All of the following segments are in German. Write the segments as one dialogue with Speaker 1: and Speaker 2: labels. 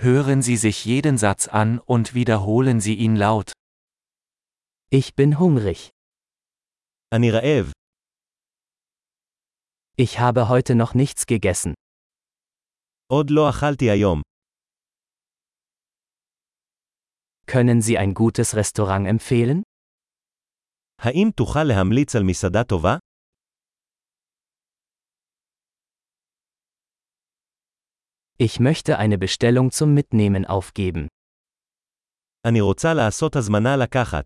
Speaker 1: Hören Sie sich jeden Satz an und wiederholen Sie ihn laut.
Speaker 2: Ich bin hungrig.
Speaker 3: אני רעב,
Speaker 2: Ich habe heute noch nichts gegessen.
Speaker 3: עוד לא אכלתי היום.
Speaker 2: Können Sie ein gutes Restaurant empfehlen?
Speaker 3: האם תוכל להמליץ על מסעדה טובה?
Speaker 2: Ich möchte eine Bestellung zum Mitnehmen aufgeben.
Speaker 3: אני רוצה לעשות הזמנה לקחת.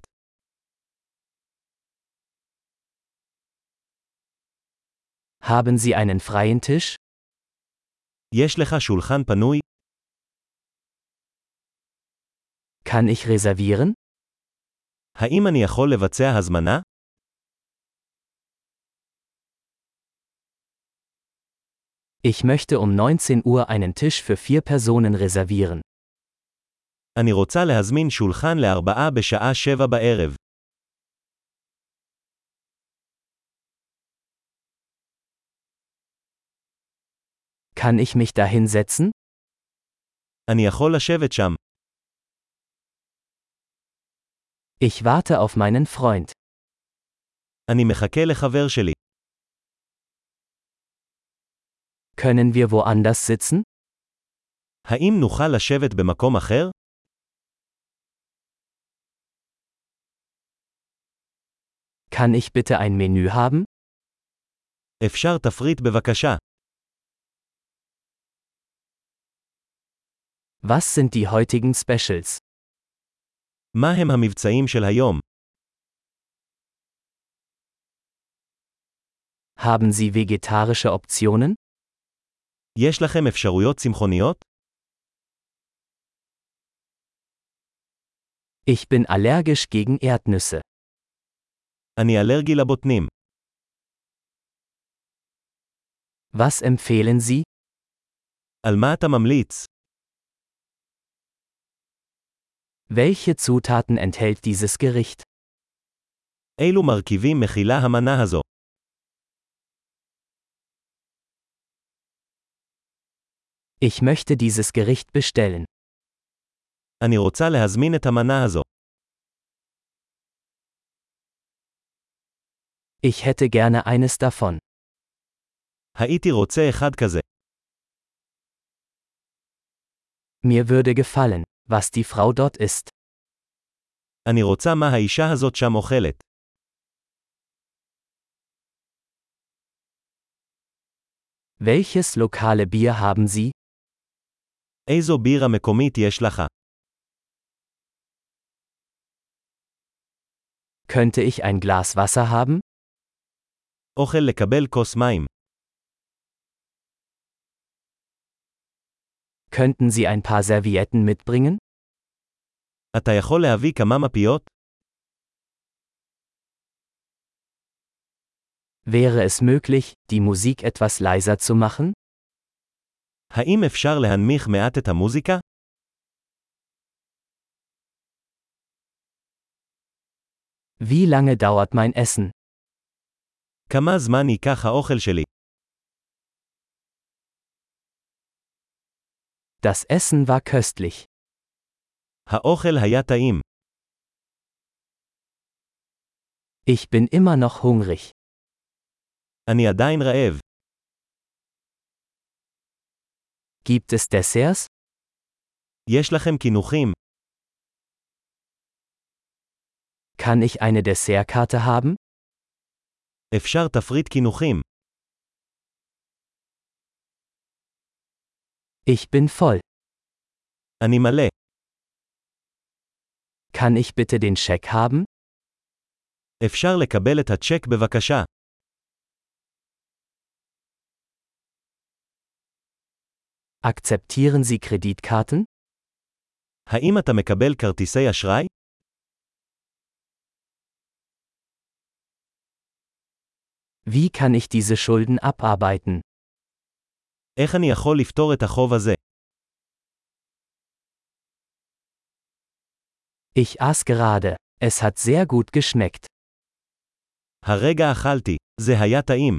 Speaker 2: Haben Sie einen freien Tisch?
Speaker 3: יש לך שולחן פנוי?
Speaker 2: Kann ich reservieren?
Speaker 3: האם אני יכול לבצע הזמנה?
Speaker 2: Ich möchte um 19 Uhr einen Tisch für vier Personen reservieren.
Speaker 3: אני רוצה להזמין שולחן לארבעה בשעה שבע בערב.
Speaker 2: Kann ich mich da hinsetzen?
Speaker 3: אני יכול לשבת שם.
Speaker 2: Ich warte auf meinen Freund.
Speaker 3: אני מחכה לחבר שלי.
Speaker 2: Können wir woanders sitzen?
Speaker 3: האם נוכל לשבת במקום אחר?
Speaker 2: Kann ich bitte ein Menü haben?
Speaker 3: אפשר תפריט בבקשה.
Speaker 2: Was sind die heutigen Specials?
Speaker 3: מה הם המבצעים של היום?
Speaker 2: Haben Sie vegetarische Optionen?
Speaker 3: יש לכם אפשרויות צמחוניות?
Speaker 2: Ich bin allergisch gegen Erdnüsse.
Speaker 3: אני אלרגי לבוטנים.
Speaker 2: Was empfehlen Sie?
Speaker 3: על מה אתה ממליץ?
Speaker 2: Welche Zutaten enthält dieses Gericht?
Speaker 3: אילו מרכיבים מכילה המנה הזו?
Speaker 2: Ich möchte dieses Gericht bestellen.
Speaker 3: אני רוצה להזמין את המנה הזו.
Speaker 2: Ich hätte gerne eines davon.
Speaker 3: הייתי רוצה אחד כזה.
Speaker 2: Mir würde gefallen, was die Frau dort isst.
Speaker 3: אני רוצה מה האישה הזאת שם אוכלת.
Speaker 2: Welches lokale Bier haben Sie?
Speaker 3: איזו בירה מקומית יש לך?
Speaker 2: Könnte ich ein Glas Wasser haben?
Speaker 3: אוכל לקבל כוס מים.
Speaker 2: Könnten Sie ein paar Servietten mitbringen?
Speaker 3: אתה יכול להביא כמה מפיות?
Speaker 2: Wäre es möglich, die Musik etwas leiser zu machen?
Speaker 3: האם אפשר להנמיך מעט את המוזיקה?
Speaker 2: Wie lange dauert mein Essen?
Speaker 3: כמה זמן ייקח האוכל שלי?
Speaker 2: Das Essen war köstlich.
Speaker 3: האוכל היה טעים.
Speaker 2: Ich bin immer noch hungrig.
Speaker 3: אני עדיין רעב.
Speaker 2: Gibt es Desserts?
Speaker 3: יש לכם קינוחים?
Speaker 2: Kann ich eine Dessertkarte haben?
Speaker 3: אפשר תפריט קינוחים.
Speaker 2: Ich bin voll.
Speaker 3: אני מלא.
Speaker 2: Kann ich bitte den Scheck haben?
Speaker 3: אפשר לקבל את הצ'ק בבקשה.
Speaker 2: Akzeptieren Sie Kreditkarten?
Speaker 3: האם אתה מקבל כרטיסי אשראי?
Speaker 2: Wie kann ich diese Schulden abarbeiten?
Speaker 3: איך אני יכול לפתור את החוב הזה?
Speaker 2: Ich aß gerade. Es hat sehr gut geschmeckt.
Speaker 3: הרגע אכלתי. זה היה טעים.